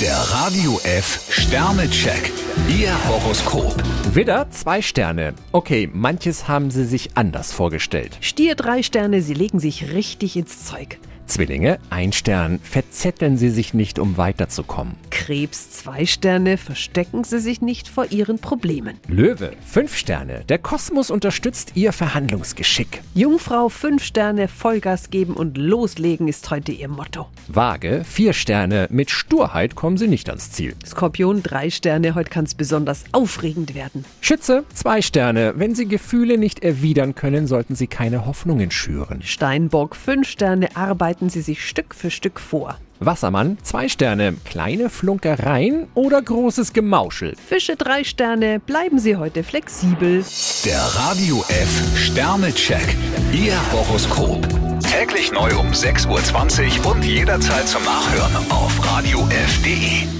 Der Radio F Sternecheck. Ihr Horoskop. Widder, zwei Sterne. Okay, manches haben sie sich anders vorgestellt. Stier drei Sterne, Sie legen sich richtig ins Zeug. Zwillinge, ein Stern. Verzetteln sie sich nicht, um weiterzukommen. Krebs zwei Sterne, verstecken Sie sich nicht vor Ihren Problemen. Löwe, fünf Sterne. Der Kosmos unterstützt ihr Verhandlungsgeschick. Jungfrau fünf Sterne, Vollgas geben und loslegen ist heute Ihr Motto. Waage, vier Sterne. Mit Sturheit kommen sie nicht ans Ziel. Skorpion drei Sterne, heute kann es besonders aufregend werden. Schütze, zwei Sterne. Wenn sie Gefühle nicht erwidern können, sollten sie keine Hoffnungen schüren. Steinbock fünf Sterne, arbeiten Sie sich Stück für Stück vor. Wassermann, zwei Sterne. Kleine Flunkereien oder großes Gemauschel. Fische drei Sterne, bleiben Sie heute flexibel. Der Radio F Sternecheck. Ihr Horoskop. Täglich neu um 6.20 Uhr und jederzeit zum Nachhören auf Radio radiof.de.